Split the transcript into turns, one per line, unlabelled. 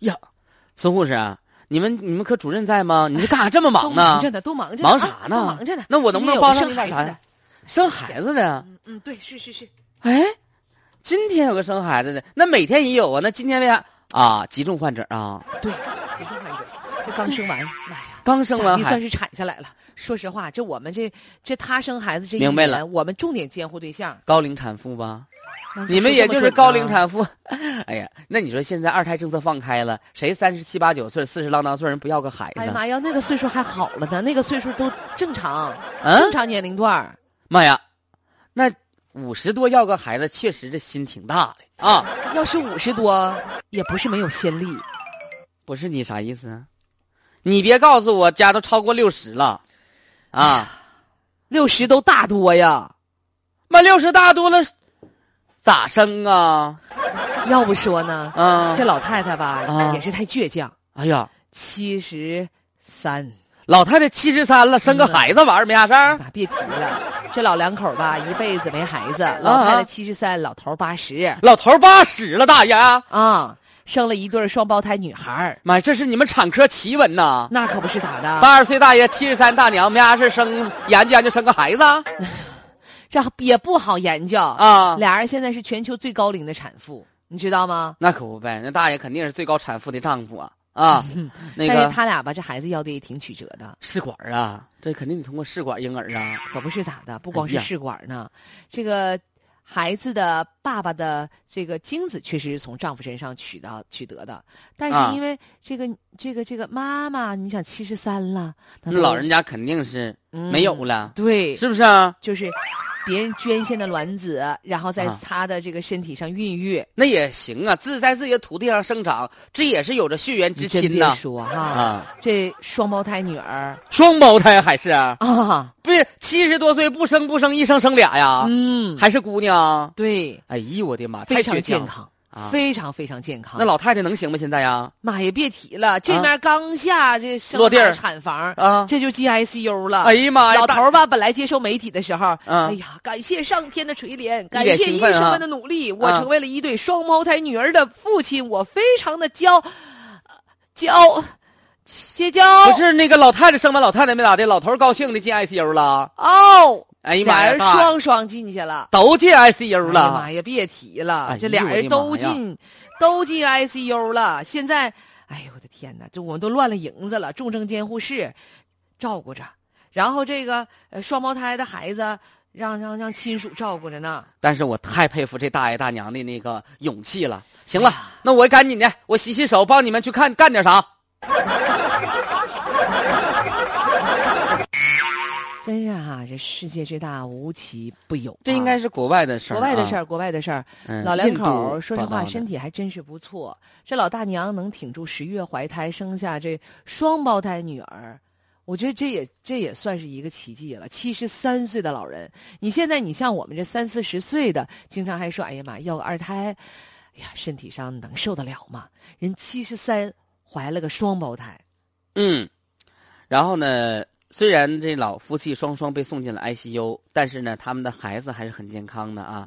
呀，孙护士啊，你们你们科主任在
哎
吗？你是干啥这么
都
忙呢
忙？着呢，都忙着呢，
忙啥呢
啊都忙着呢。
那我能不能
今天有个
帮上
生
你
孩
点
子
啥
的
呀？生孩子的，
嗯嗯，对，是是是，
哎，今天有个生孩子的，那每天也有啊，那今天为啥啊？急重患者啊，
对，别说患者，这刚生完，妈呀！
刚生
咋
完
地
孩
算
子，
是产下来了。说实话，这我们这这他生孩子这一
明白
年
了
我们重点监护对象。
高龄产妇吧？
能
你们
啊说
也
这么
就是
准
高龄
吗，
产妇。 哎呀，那你说现在二胎政策放开了，谁三十七八九岁、四十郎当岁人不要个孩子
哎呀？妈呀，那个岁数还好了呢，那个岁数都正常，
嗯
正，常年龄段儿。
妈呀，那五十多要个孩子，确实这心挺大的啊。
要是五十多，也不是没有先例。
不是你啥意思啊？你别告诉我家都超过六十了，啊。
六十都大多呀，
妈，六十大多了，咋生啊？
要不说呢，
啊，
这老太太吧、
啊
也是太倔强，
哎呀，
七十三。
老太太七十三了，
嗯
生个孩子玩意儿没啥事
哎
儿。
呀别提了，这老两口儿吧，一辈子没孩子，老太
啊
太七十三，老头儿八十
老头八十了，大爷，
啊，生了一对儿双胞胎女孩儿，
妈呀，这是你们产科奇闻呐！
那可不是咋的，
八十岁大爷，七十三大娘，没啥事儿生研究研究生个孩子
这也不好研究。
啊？
俩人现在是全球最高龄的产妇，你知道吗？
那可不呗，那大爷肯定是最高产妇的丈夫啊 啊！那
但
个
是他俩吧，这孩子要的也挺曲折的，
试管儿啊，这肯定得通过试管婴儿啊。
可不是咋的，不光
哎
是
呀
试管呢，这个孩子的爸爸的这个精子确实是从丈夫身上取到取得的，但
啊
是因为这个、这个这个妈妈，你想七十三了，那
那
都
老人家肯定是
嗯
没有了，
对，
是不是啊？
就是别人捐献的卵子，然后在
啊
他的这个身体上孕育。
那也行啊，自在自己的土地上生长，这也是有着血缘
你
之
真
亲
别
呐、
说哈、
啊，
这双胞胎女儿
双胞胎还是啊？
啊，
不是七十多岁不生不生，一生生俩呀？
嗯，
啊还是姑娘？
对，
哎呦我的妈，
非
太
常
倔
健
强
康，
啊！
非常非常健康。
那老太太能行吗？现在呀？
妈呀，别提了，这面刚下这生
啊落地儿
孩子产房，
啊！
这就进 ICU 了。
哎呀妈呀！
老
大
头儿吧，本来接受媒体的时候，
啊
哎呀，感谢上天的垂怜，感
脸
谢
兴
医
奋啊
生们的努力，我
啊
成为了一对双胞胎女儿的父亲，我非常的骄，呃骄，谢骄
不是那个老太太生完老太太没咋的，老头儿高兴的进 ICU 了。
哦，
哎呀妈
俩
呀！
人
大
双双进去了。
都进 ICU
哎呀
了
妈。呀，别提了，
哎
这
呦
俩
我的
人都
妈呀
进，都进 ICU 了。现在，哎呦我的天哪，这我们都乱了营子了，重症监护室照顾着，然后这个呃双胞胎的孩子让让让亲属照顾着呢。
但是我太佩服这大爷大娘的那个勇气了。行
哎
了
呀，
那我赶紧的，我洗洗手，帮你们去看干点啥。
真是啊，这世界之大，无奇不有啊、
这应该是国外的事儿、啊
国外的事儿，国外的事儿。
嗯
老两
印度
口儿说实
报道
话，
的
身体还真是不错。这老大娘能挺住十月怀胎，生下这双胞胎女儿，我觉得这也这也算是一个奇迹了。七十三岁的老人，你现在你像我们这三四十岁的，经常还说，哎呀妈，要个二胎，哎呀，身体上能受得了吗？人七十三怀了个双胞胎，
嗯，然后呢，虽然这老夫妻双双被送进了 ICU，但是呢，他们的孩子还是很健康的啊。